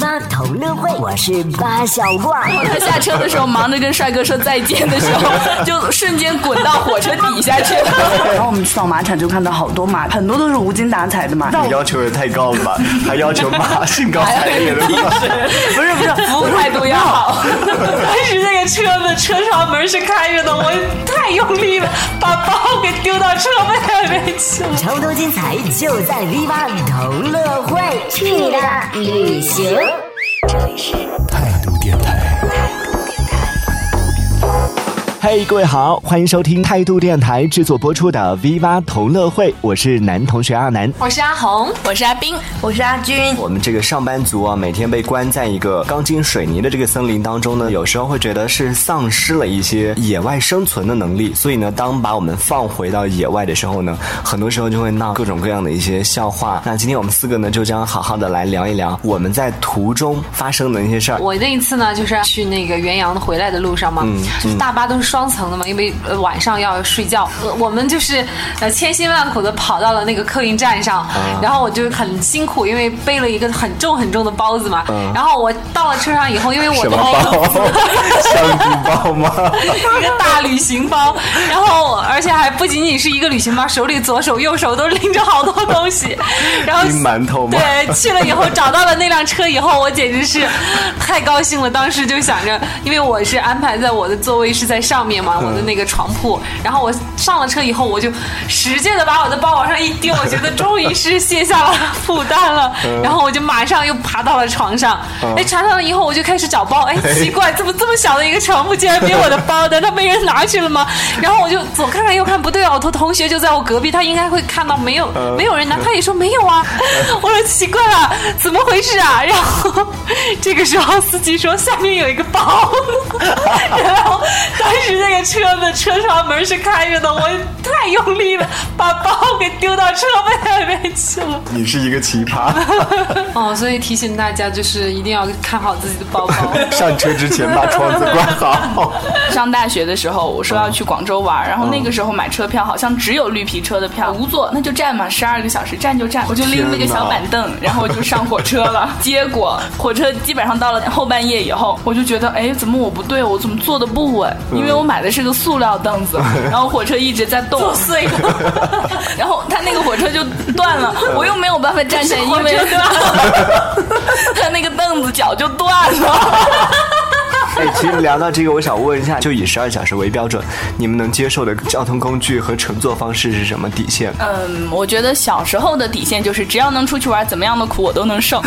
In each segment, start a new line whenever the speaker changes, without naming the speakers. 八同乐会，我是八小怪。
他下车的时候忙着跟帅哥说再见的时候，就瞬间滚到火车底下去了。
然后我们扫马场就看到好多马，很多都是无精打采的马。到
你要求也太高 了吧？还要求马兴高采烈的马，
不是不是，
服务态度要好，
当时那个车子车窗门是开着的，我太用力了，把包给丢到车外面去了。
超多精彩就在 V 八同乐会，去你的旅行。
态度电台。 嘿各位好，欢迎收听态度电台制作播出的 V 八同乐会，我是男同学阿南。
我是阿红，我是阿冰，我是阿军。
我们这个上班族啊，每天被关在一个钢筋水泥的这个森林当中呢，有时候会觉得是丧失了一些野外生存的能力。所以呢，当把我们放回到野外的时候呢， 很多时候就会闹各种各样的一些笑话。那今天我们四个呢，就将好好的来聊一聊我们在途中发生的那些事儿。
我那一次呢，就是去那个元阳回来的路上嘛，
嗯
就是大巴都是双层的嘛，因为呃晚上要睡觉，呃我们就是呃千辛万苦的跑到了那个客运站上，
啊
然后我就很辛苦，因为背了一个很重很重的包子嘛，然后我到了车上以后，因为我
啊 什
的
么包？香菇包吗？
一个大旅行包，然后而且还不仅仅是一个旅行包，手里左手右手都拎着好多东西，然后
拎馒头吗
对，去了以后找到了那辆车以后，我简直是太高兴了。当时就想着，因为我是安排在我的座位是在上面嘛，我的那个床铺，然后我上了车以后，我就使劲的把我的包往上一丢，我觉得终于是卸下了负担了，然后我就马上又爬到了床上，哎，爬上了以后我就开始找包，哎，奇怪，怎么这么小的一个床铺竟然没我的包？难道没人拿去了吗？然后我就左看看右看，不对啊，我同同学就在我隔壁，他应该会看到没有没有人拿，他也说没有啊。我说奇怪了，怎么回事啊？然后这个时候司机说下面有一个包，然后当时那个车子车窗门是开着的，我太用力了，把包给丢到车外面去了。
你是一个奇 葩。
哦，所以提醒大家就是一定要看好自己的包 包。
上车之前把窗子关好。
上大学的时候，我说要去广州玩，然后那个时候买车票好像只有绿皮车的票，无座那就站嘛，十二个小时站就站，我就拎那个小板凳，然后就上火车了。结果火车基本上到了后半夜以后，我就觉得哎，怎么我不对，我怎么坐的不稳？因为我买的是个塑料凳子，然后火车一直在动，坐碎了， 然后他那个火车就断了，我又没有办法站起来，因为 他那个凳子脚就断了。
哎，其实聊到这个，我想问一下，就以十二小时为标准，你们能接受的交通工具和乘坐方式是什么底线？
嗯，我觉得小时候的底线就是，只要能出去玩，怎么样的苦我都 能受。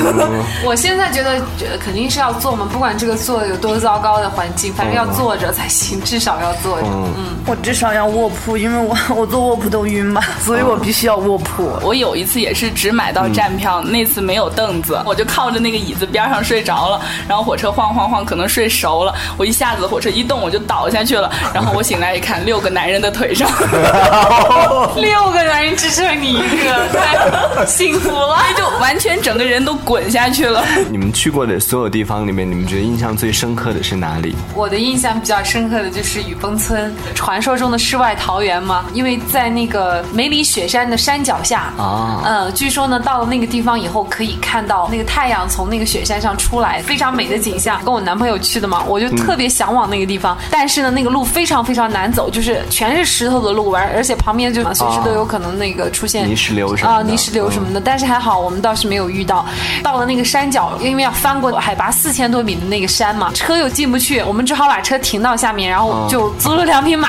我现在觉得呃肯定是要坐嘛，不管这个坐有多糟糕的环境，反正要坐着才行，至少要坐着。嗯，
我至少要卧铺，因为我 我坐卧铺都晕嘛，
哦
所以我必须要卧铺。
我有一次也是只买
嗯
到站票，那次没有凳子，我就靠着那个椅子边上睡着了，然后火车晃晃晃，可能睡熟了，我一下子火车一动我就倒下去了，然后我醒来一看，六个男人的腿 上，
六个男人支撑你一个，太幸福了。
就完全整个人都滚下去了。
你们去过的所有地方里面，你们觉得印象最深刻的是哪里？
我的印象比较深刻的就是雨崩村，传说中的世外桃源嘛，因为在那个梅里雪山的山脚下
啊
嗯，据说呢，到了那个地方以后，可以看到那个太阳从那个雪山上出来，非常美的景象。跟我男朋友去的嘛，我就特别向往那个地方，
嗯
但是呢，那个路非常非常难走，就是全是石头的路，而而且旁边就随时都有可能那个出现
啊泥石流什么的
啊，泥石流什么的。
嗯
的，但是还好我们倒是没有遇到。到了那个山脚，因为要翻过海拔四千多米的那个山嘛，车又进不去，我们只好把车停到下面，然
嗯
后就租了两匹 马，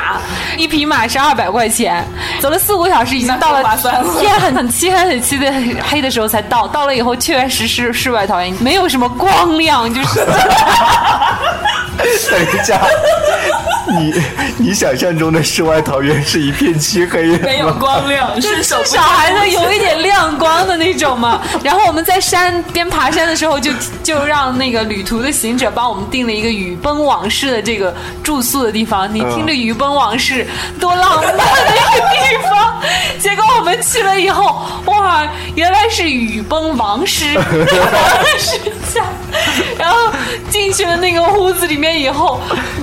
一匹马是二百块钱，走了四五个小时，已经到了
那很划算了
天很很漆很很漆的黑的时候才到，到了以后确实是世外桃源，没有什么光亮，就是。
等一下，你你想象中的世外桃源是一片漆黑
没
的
有
吗？
光亮，
就是
手
至
不
少还能有一点亮光的那种嘛。然后我们在山边爬山的时候就，就让那个旅途的行者帮我们订了一个雨崩往事的这个住宿的地方。你听着雨崩往事多浪漫的一个地方，结果我们去了以后，哇，原来是雨崩王师 王师家。然后进去了那个屋子里面以后，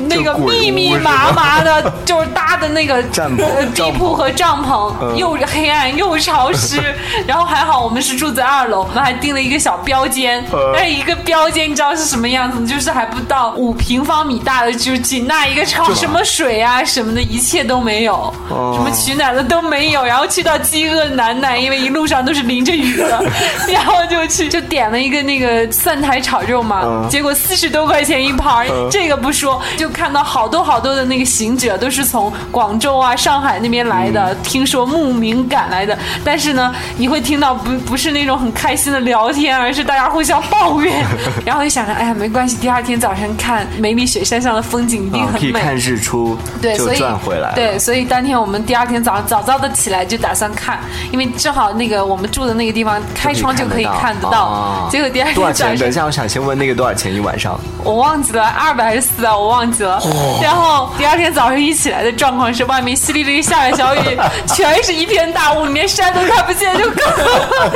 那个
就鬼屋
密密麻麻的，就是搭的那个
帐篷
呃地
帐篷
铺和帐篷，
嗯
又黑暗又潮湿。然后还好我们是住在二楼，我们还订了一个小标间，
嗯
但是一个标间你知道是什么样子吗？就是还不到五平方米大的，就仅那一个超什么水啊什么的，一切都没有，
哦
什么取暖的都没有。然后去到饥饿难耐，因为一路上都是淋着雨 的，然后就去就点了一个那个蒜苔炒肉嘛，
嗯
结果四十多块钱一盘儿、
嗯
这个不说，就看到好多好多的那个行者都是从广州啊、上海那边来的，听说慕名赶来的。但是呢，你会听到不不是那种很开心的聊天，而是大家互相抱 怨。然后就想着，哎呀，没关系，第二天早晨看梅里雪山上的风景一定
啊，
很
可以
美。
看日出，
对，
就
所以
赚回来了。
对，所以当天我们第二天早早早的起来就打算看，因为正好那个我们住的那个地方开窗就可以看得到。
哦
结果第二
多少
天
钱？
早上
等一下，我想先问那个多少钱一晚上？
我忘记了二百还是四百，我忘记了。然后第二天早上一起来的状况是，外面淅沥沥下着小雨，全是一片大雾，连山都看不见，就更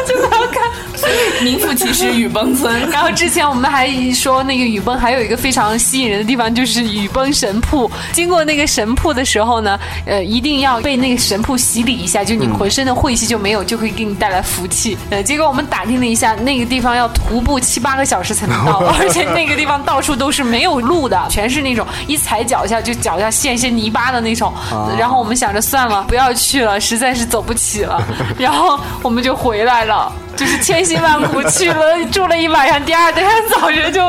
就更看。
名副其实雨崩 村。
然后之前我们还说那个雨崩还有一个非常吸引人的地方，就是雨崩神瀑。经过那个神瀑的时候呢，呃，一定要被那个神瀑洗礼一下，就你浑身的晦气就没有，就会给你带来福气。呃，结果我们打听了一下，那个地方要徒步七八个小时才能到，而且那个地方到处都是没有路的，全是那种一踩脚下就脚下陷一些泥巴的那种。然后我们想着算了，不要去了，实在是走不起了。然后我们就回来了。就是千辛万苦去了， 住了一晚上，第二天早晨就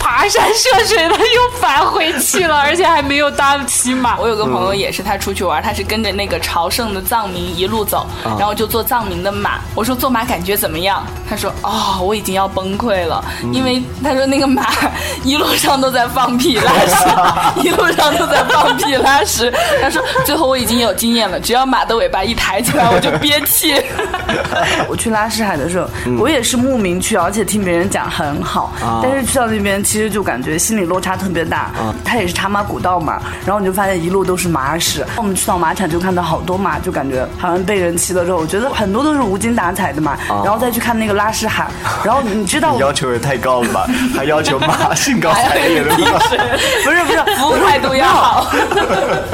爬山涉水了，又返回去了，而且还没有搭骑马。
我有个朋友也是，他出去玩，他是跟着那个朝圣的藏民一路走，然后就坐藏民的马。我说坐马感觉怎么样？他说哦，我已经要崩溃了，因为他说那个马一路上都在放屁拉屎，一路上都在放屁拉屎。他说最后我已经有经验了，只要马的尾巴一抬起来，我就憋气。
我去拉市海的时候，我也是慕名去，而且听别人讲很好，
嗯啊
但是去到那边其实就感觉心理落差特别大。它也是茶马古道嘛，然后你就发现一路都是马屎。我们去到马场就看到好多马，就感觉好像被人骑了之后，我觉得很多都是无精打采的嘛。然后再去看那个拉 市海，然后你知道
啊你
我
要求也太高了吧？还要求马兴高采烈的吗？
不是不是
服务态度要好，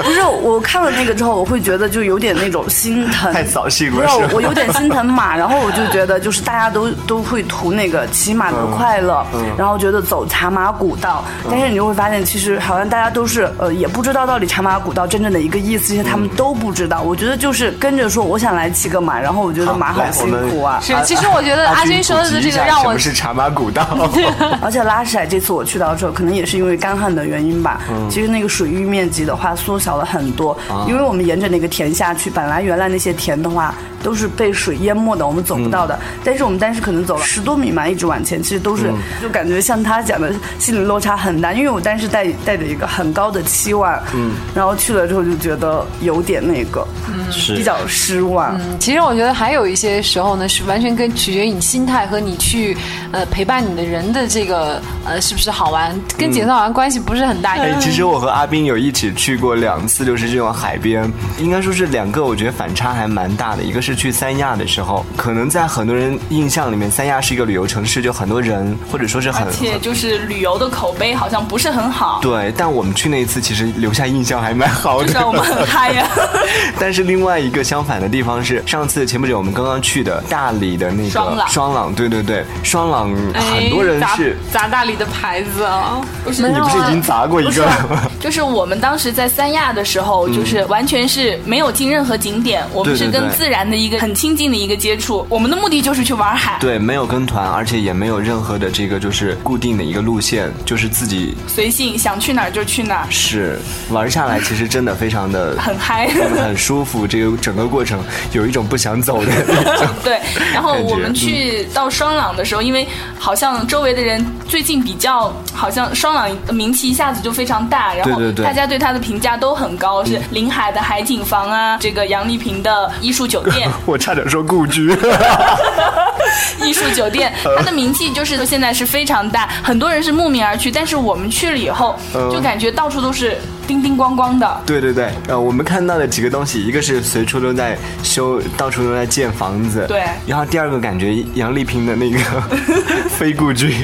不是，我看了那个之后，我会觉得就有点那种心疼，
太扫兴了
不是
是吧，
我有点心疼 马，然后我就觉得就是大家都都会图那个骑马的快乐，然后觉得走茶马古道，但是你就会发现，其实好像大家都是呃也不知道到底茶马古道真正的一个意思，其实他们都不知道。我觉得就是跟着说，我想来骑个马，然后我觉得马好
来
辛苦啊。
是，其实我觉得阿军说的这个让
什
我
么是茶马古道？
而且拉屎海这次我去到的时候，可能也是因为干旱的原因吧。其实那个水域面积的话缩小了很多，因为我们沿着那个田下去，本来原来那些田的话都是被水淹没的，我们走不到的。但是我们当时可能走了十多米嘛，一直往前，其实都是、就感觉像他讲的心理落差很大，因为我当时带带着一个很高的期望，嗯，然后去了之后就觉得有点那个，
是
比较失望。
其实我觉得还有一些时候呢，是完全跟取决于你心态和你去呃陪伴你的人的这个呃是不是好玩，跟节奏好像关系不是很大。
哎，其实我和阿斌有一起去过两次，就是这种海边，应该说是两个，我觉得反差还蛮大的。一个是去三亚的时候，可能在很多人印象里面，三亚是一个旅游城市，就很多人或者说是很
而且就是旅游的口碑好像不是很好，
对，但我们去那一次其实留下印象还蛮好的。
就让我们很嗨呀。
但是另外一个相反的地方是，上次前不久我们刚刚去的大理的那个
双廊
双廊对对对，双廊很多人
哎
是，
砸砸大理的牌子啊，
你不是已经砸过一个了吗？嗯
就是我们当时在三亚的时候，就是完全是没有进任何景点，我们
对
是
对
跟
对
自然的一个很亲近的一个接触。我们的目的就是去玩海，
对，没有跟团，而且也没有任何的这个就是固定的一个路线，就是自己
随性想去哪儿就去哪儿，
是玩下来，其实真的非常的
很嗨。
很舒服。这个整个过程有一种不想走的那种
对，然后
感觉嗯
我们去到双廊的时候，因为好像周围的人最近比较，好像双廊名气一下子就非常大，然后
对对嗯对
大家对它的评价都很高，是临海的海景房啊，这个杨丽萍的艺术酒店，
我差点说故居，
艺术酒店，
嗯
它的名气就是现在是非常大，很多人是慕名而去，但是我们去了以后，
嗯
就感觉到处都是叮叮咣咣的。
对对对，呃，我们看到的几个东西，一个是随处都在修，到处都在建房子，
对
然后第二个感觉杨丽萍的 那个非故居，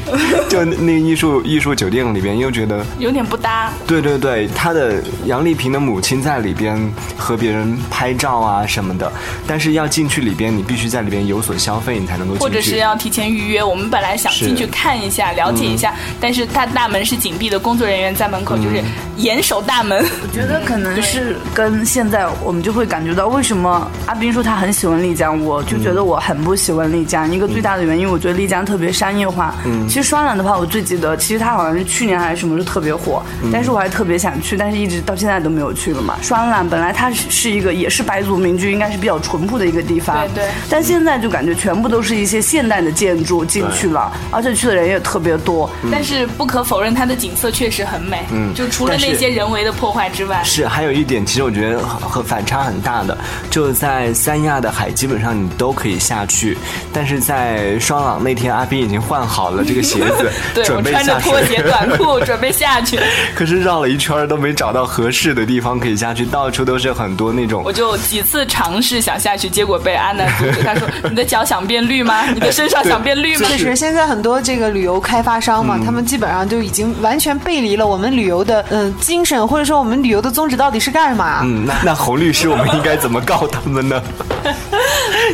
就那个艺术艺术酒店里边，又觉得，
有点不搭，
对对对，她的杨丽萍的母亲在里边和别人拍照啊什么的，但是要进去里边，你必须在里边有所消费，你才能够进去，
或者是要提前预约。我们本来想
是嗯
进去看一下、了解一下，但是它大门是紧闭的，工作人员在门口就是严守大门。
我觉得可能是跟现在我们就会感觉到，为什么阿斌说他很喜欢丽江，我就觉得我很不喜欢丽江。一个最大的原因，我觉得丽江特别商业化。
嗯
其实双兰的话，我最记得，其实它好像是去年还是什么就特别火，但是我还特别想去，但是一直到现在都没有去了嘛。双兰本来它是一个也是白族民居，应该是比较淳朴的一个地方，
对对
但现在就感觉全部都是一些现代的建筑进去了，而且去的人也特别多。
但是不可否认，它的景色确实很美。
嗯
就除了
但是
那些人为的破坏之外，，
是，还有一点，其实我觉得和反差很大的，就在三亚的海，基本上你都可以下去，但是在双廊那天，阿斌已经换好了这个鞋子
对我
准备
穿着
下水
拖鞋、短裤准备下去，
可是绕了一圈儿都没找到合适的地方可以下去，到处都是很多那种
我就几次尝试想下去，结果被安娜阻止。她说：“你的脚想变绿吗？你的身上想变绿吗
确
对
实，现在很多这个旅游开发商
嗯
嘛，他们基本上就已经完全背离了我们旅游的嗯、呃精神，或者说我们旅游的宗旨到底是干嘛？
嗯，那那洪律师，我们应该怎么告他们呢？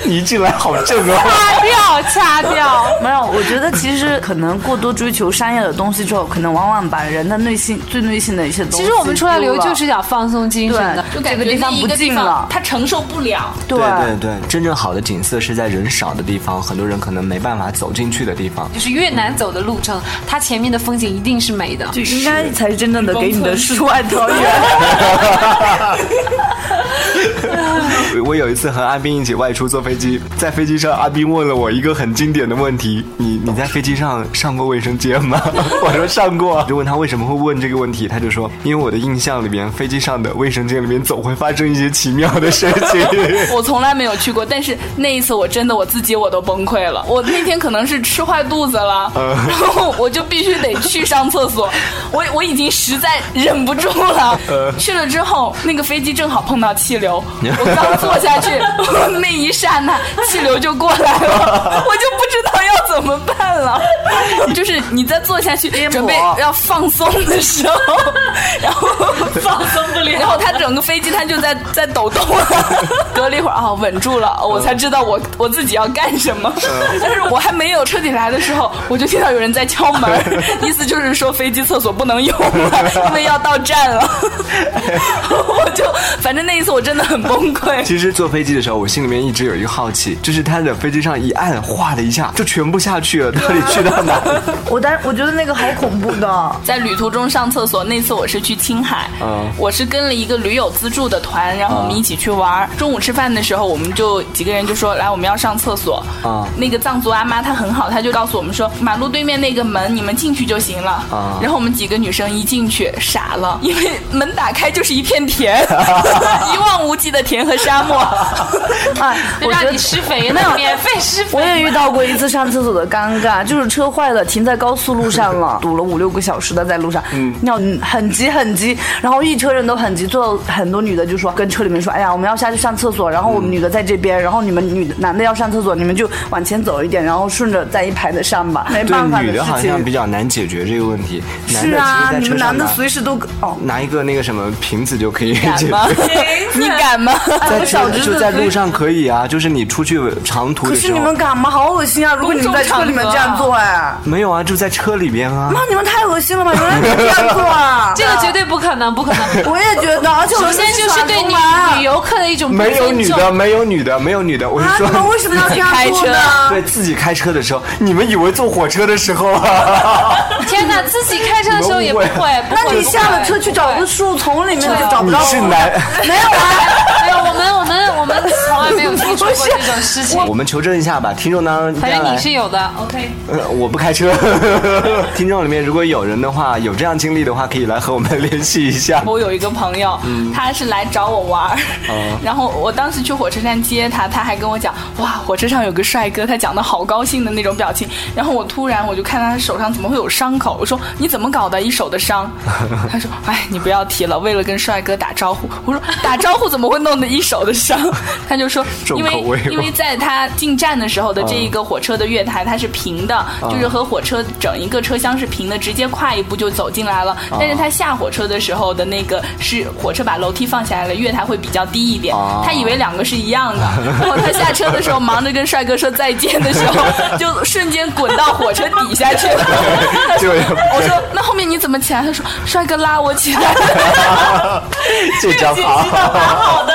你一进来好正哦，
掐掉，掐掉。
没有，我觉得其实可能过多追求商业的东西之后，可能往往把人的内心最内心的一些东 西
其
丢了。
实我们出来旅游就是想放松精神的，
就感觉
这个地方
那一个
不近
地方
了
他承受不了。
对
对对，真正好的景色是在人少的地方，很多人可能没办法走进去的地方。
就是越难走的路程，它前面的风景一定是美的。
应该才是真正的给你
农
的
村
世外桃源。
我有一次和阿斌一起外出坐飞机，在飞机上，阿斌问了我一个很经典的问题：你你在飞机上上过卫生间吗？ 我说上过啊。就问他为什么会问这个问题，他就说因为我的印象里面，飞机上的卫生间里面总会发生一些奇妙的事情。
我从来没有去过，但是那一次我真的我自己我都崩溃了。我那天可能是吃坏肚子了，然后我就必须得去上厕所，我我已经实在忍不住了。去了之后，那个飞机正好碰到气流，我刚坐下去那一刹那，气流就过来了，我就不知道要怎么办了。就是你在坐下去准备要放松的时 候，然后放松不了， 然后它整个飞机它就在在抖动 了。隔了一会儿啊，稳住了，我才知道我我自己要干什么。 但是我还没有彻底来的时候，我就听到有人在敲门， 意思就是说飞机厕所不能用了，因为要到站了。 我就反正那一次我真的很崩溃。
其实坐飞机的时候，我心里面一直有一个好奇，就是他在飞机上一按，哗的一下就全部下去了，到底去到 哪里？
我当我觉得那个好恐怖的，
在旅途中上厕所，那次我是去青海，
嗯
我是跟了一个驴友资助的团，然后我们一起去玩
啊
儿。中午吃饭的时候，我们就几个人就说来，我们要上厕所。
啊
那个藏族阿妈她很好，她就告诉我们说，马路对面那个门你们进去就行了。
啊
然后我们几个女生一进去傻了，因为门打开就是一片田， 一望无际的田和沙 漠。
哎，我觉
让
得
你施肥呢， 免费施肥。
我也遇到过一次上厕所的尴尬，就是车坏了，停在高速路上了，堵了五六个小时的在路上，尿嗯很急很急，然后一车人都很急，最后很多女的就说跟车里面说，哎呀，我们要下去上厕所，然后我们女的在这边，然后你们女的男的要上厕所，你们就往前走一点，然后顺着在一排的上吧，没办法
对，女
的
的好
事
像比
情。
较难解决这个问题，男
是
的
啊，
其
你
实在车
们
上
男的
拿
随时都 哦，
拿一个那个什么瓶子就可以
敢
解决
吗。？ 你敢吗？
啊
在
小侄
车
子
就在路上可以啊，就是你出去长途
可
的
是
时
你
候
们，敢吗？好恶心啊！如果你们在车里面这样做，哎，
没有啊，就在车里边啊
妈，，你们太恶心了吧！原来你们这样做啊！
这个绝对不可能，不可能。
我也觉得，而且我
首
们
先就是对
你
女女游客的一种不
没有
尊
女
重。
的，没有女的，没有女的，我是
啊，
说
你。们为什么要这样做呢？
对自己开车的时候，你们以为坐火车的时候啊？
天哪，自己开车的时候也不会，
你
不会。
那
不
你
会
下了车去找个树丛里面就找不
你
到
是
我。
男，
没有啊，没有。我们我们我们从来没有听说过这种事 情。
我们求证一下吧，听众当中，
反正你是有 的，OK。
呃我不开车。 听众里面如果有人的话，有这样经历的话，可以来和我们联系一下。
我有一个朋友，
嗯
他是来找我玩儿，
哦
然后我当时去火车站接他，他还跟我讲，哇，火车上有个帅哥，他讲的好高兴的那种表情。然后我突然我就看他手上怎么会有伤口，我说你怎么搞的，一手的伤。 他说，哎，你不要提了，为了跟帅哥打招呼。我说打招呼怎么会弄得一手的伤？他就说，
重
因为
口味哦
因为在他进站的时候的这一个火车的月台，它是平的，就是和火车整一个车厢是平的，直接跨一步就走进来了。但是他下火车的时候的那个是火车把楼梯放下来了，月台会比较低一点
哦。
他以为两个是一 样的，然后他下车的时候忙着跟帅哥说再见的时 候，就瞬间滚到火车底下去 了。他
就
说 我说那后面你怎么起来？他说帅哥拉我起 来。
这招 好，
好的，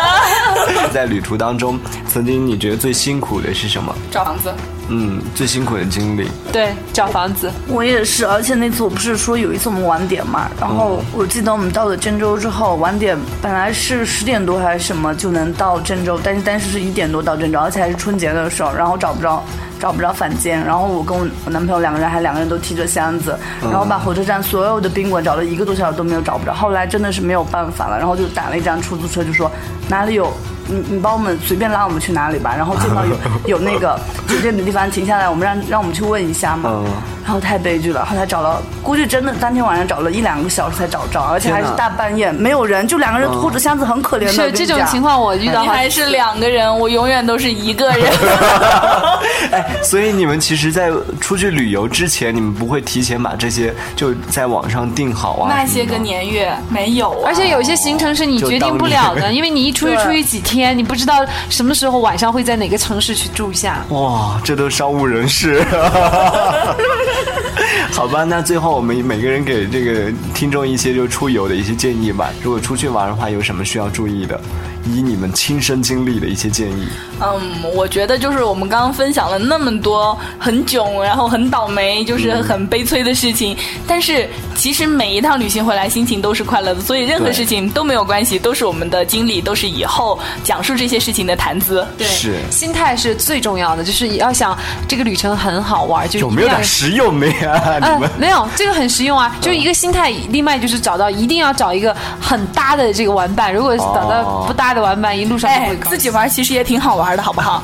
在旅途当中，曾经你觉得最辛苦的是什么？
找房子。
嗯，最辛苦的经历。
对，找房子，
我也是，而且那次我不是说有一次我们晚点嘛，然后我记得我们到了郑州之后，晚点本来是十点多还是什么就能到郑州，但是但是是一点多到郑州，而且还是春节的时候，然后找不着找不着房间，然后我跟我男朋友两个人还两个人都提着箱子，然后把火车站所有的宾馆找了一个多小时都没有找不着，后来真的是没有办法了，然后就打了一辆出租车，就说哪里有。你你帮我们随便拉我们去哪里吧，然后见到有有那个酒店的地方停下来，我们让让我们去问一下嘛。
嗯
然后太悲剧了，后来找了，估计真的当天晚上找了一两个小时才找着，而且还是
天哪嗯
大半夜，没有人，就两个人拖着箱子，很可怜的。我
是
跟
这
你
种
讲
情况我遇到
你
好
还是两个人，我永远都是一个人。
哎，所以你们其实，在出去旅游之前，你们不会提前把这些就在网上订好啊？
那些个
什么的
年月没有、啊，
而且有些行程是你决定不了
就当
的，
你
因为你一出去
对
出去几天，你不知道什么时候晚上会在哪个城市去住下。
哇，这都商务人士。好吧，那最后我们每个人给这个听众一些就出游的一些建议吧。如果出去玩的话，有什么需要注意的？以你们亲身经历的一些建议。
嗯，我觉得就是我们刚刚分享了那么多很囧，然后很倒霉，就是很悲催的事情。但是其实每一趟旅行回来，心情都是快乐的，所以任何
对
事情都没有关系，都是我们的经历，都是以后讲述这些事情的谈资。对
是
心态是最重要的，就是要想这个旅程很好玩，就是
有没有
一定要
点实嗯用的呀？你
嗯
们，
没有，这个很实用啊，就是一个心态。另外就是找到，一定要找一个很搭的这个玩伴。如果找
哦
到不搭的玩伴，一路上都
哎
会，高兴
自己玩其实也挺好玩的，好不好？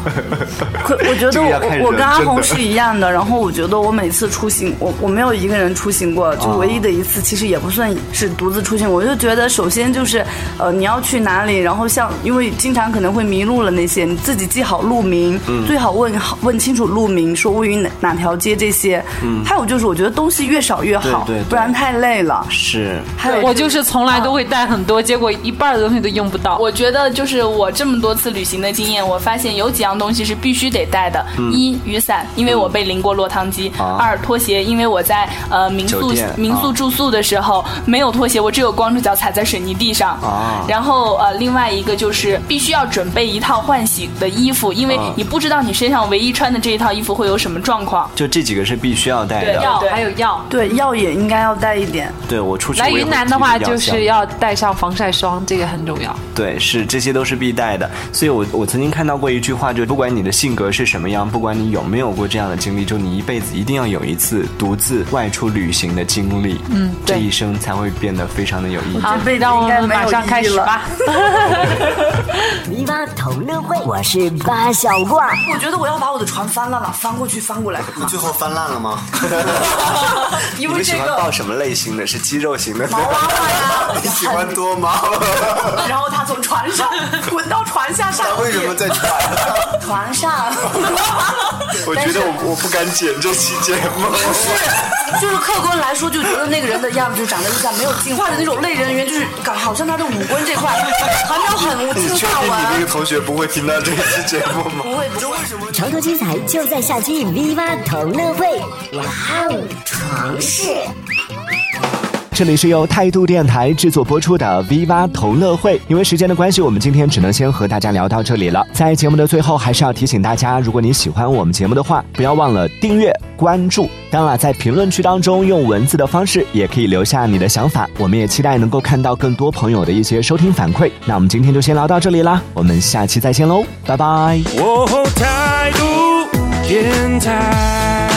可我觉
这
得
个要看
我我
人
跟阿
真的
红是一样的，然后我觉得我每次出行，我我没有一个人出行过，就唯一的一次，其实也不算是独自出行。我就觉得，首先就是，呃，你要去哪里，然后像因为经常可能会迷路了那些，你自己记好路名，
嗯
最好问好问清楚路名，说位于哪哪条街这些。还有就是，我觉得东西越少越好，
对对对
不然太累了。
是
还有
哎我就是从来都会带很多，结果一半的东西都用不到。
我觉得就是我这么多次旅行的经验，我发现有几样东西是必须得带的：一雨伞，因为我被淋过落汤鸡；
嗯啊
二拖鞋，因为我在呃民
酒
宿
店
民
啊
宿住宿的时候没有拖鞋，我只有光着脚踩在水泥地上。
啊
然后呃，另外一个就是必须要准备一套换洗的衣服，因为
啊
你不知道你身上唯一穿的这一套衣服会有什么状况。
就这几个是必须要带
对
的。
药
对
还有药，
对药也应该要带一点。
对我出去
来
我也会
云南的
提着
话
药
就
箱
是要带上防晒霜，这个很重要。
对，是这些都是必带的。所以我我曾经看到过一句话，就不管你的性格是什么样，不管你有没有过这样的经历，就你一辈子一定要有一次独自外出旅行的经历，嗯，这
对
一生才会变得非常的有 意义。
好
这辈，子
让我
应该
们
没有
马上开
意义
始
了
吧。
v 八同乐会，我是八小怪。
我觉得我要把我的船翻烂了，翻过去，翻过来。
最后翻烂了吗？
因为这个
什么类型的？是肌肉型的？
毛啊娃娃 呀
你喜欢多毛？
然后他从船 上滚到船下上去，
在船？
船上？
我觉得我我不敢剪这期节目。
就是客观来说，就觉得那个人的样子就长得就像没有进化的那种类人猿，就是感好像他的五官这块 还没有很无
你
精
确
打
定你那
纹。
个同学不会听到这一期节目吗？
不会，不会，
潮头精彩就在下期 V 八同乐会。哇哦，城市。
这里是由态度电台制作播出的 V 八同乐会。因为时间的关系，我们今天只能先和大家聊到这里了。在节目的最后，还是要提醒大家，如果你喜欢我们节目的话，不要忘了订阅、关注。当然了，在评论区当中用文字的方式也可以留下你的想法，我们也期待能够看到更多朋友的一些收听反馈。那我们今天就先聊到这里啦，我们下期再见喽，拜拜。
哦，态度电台。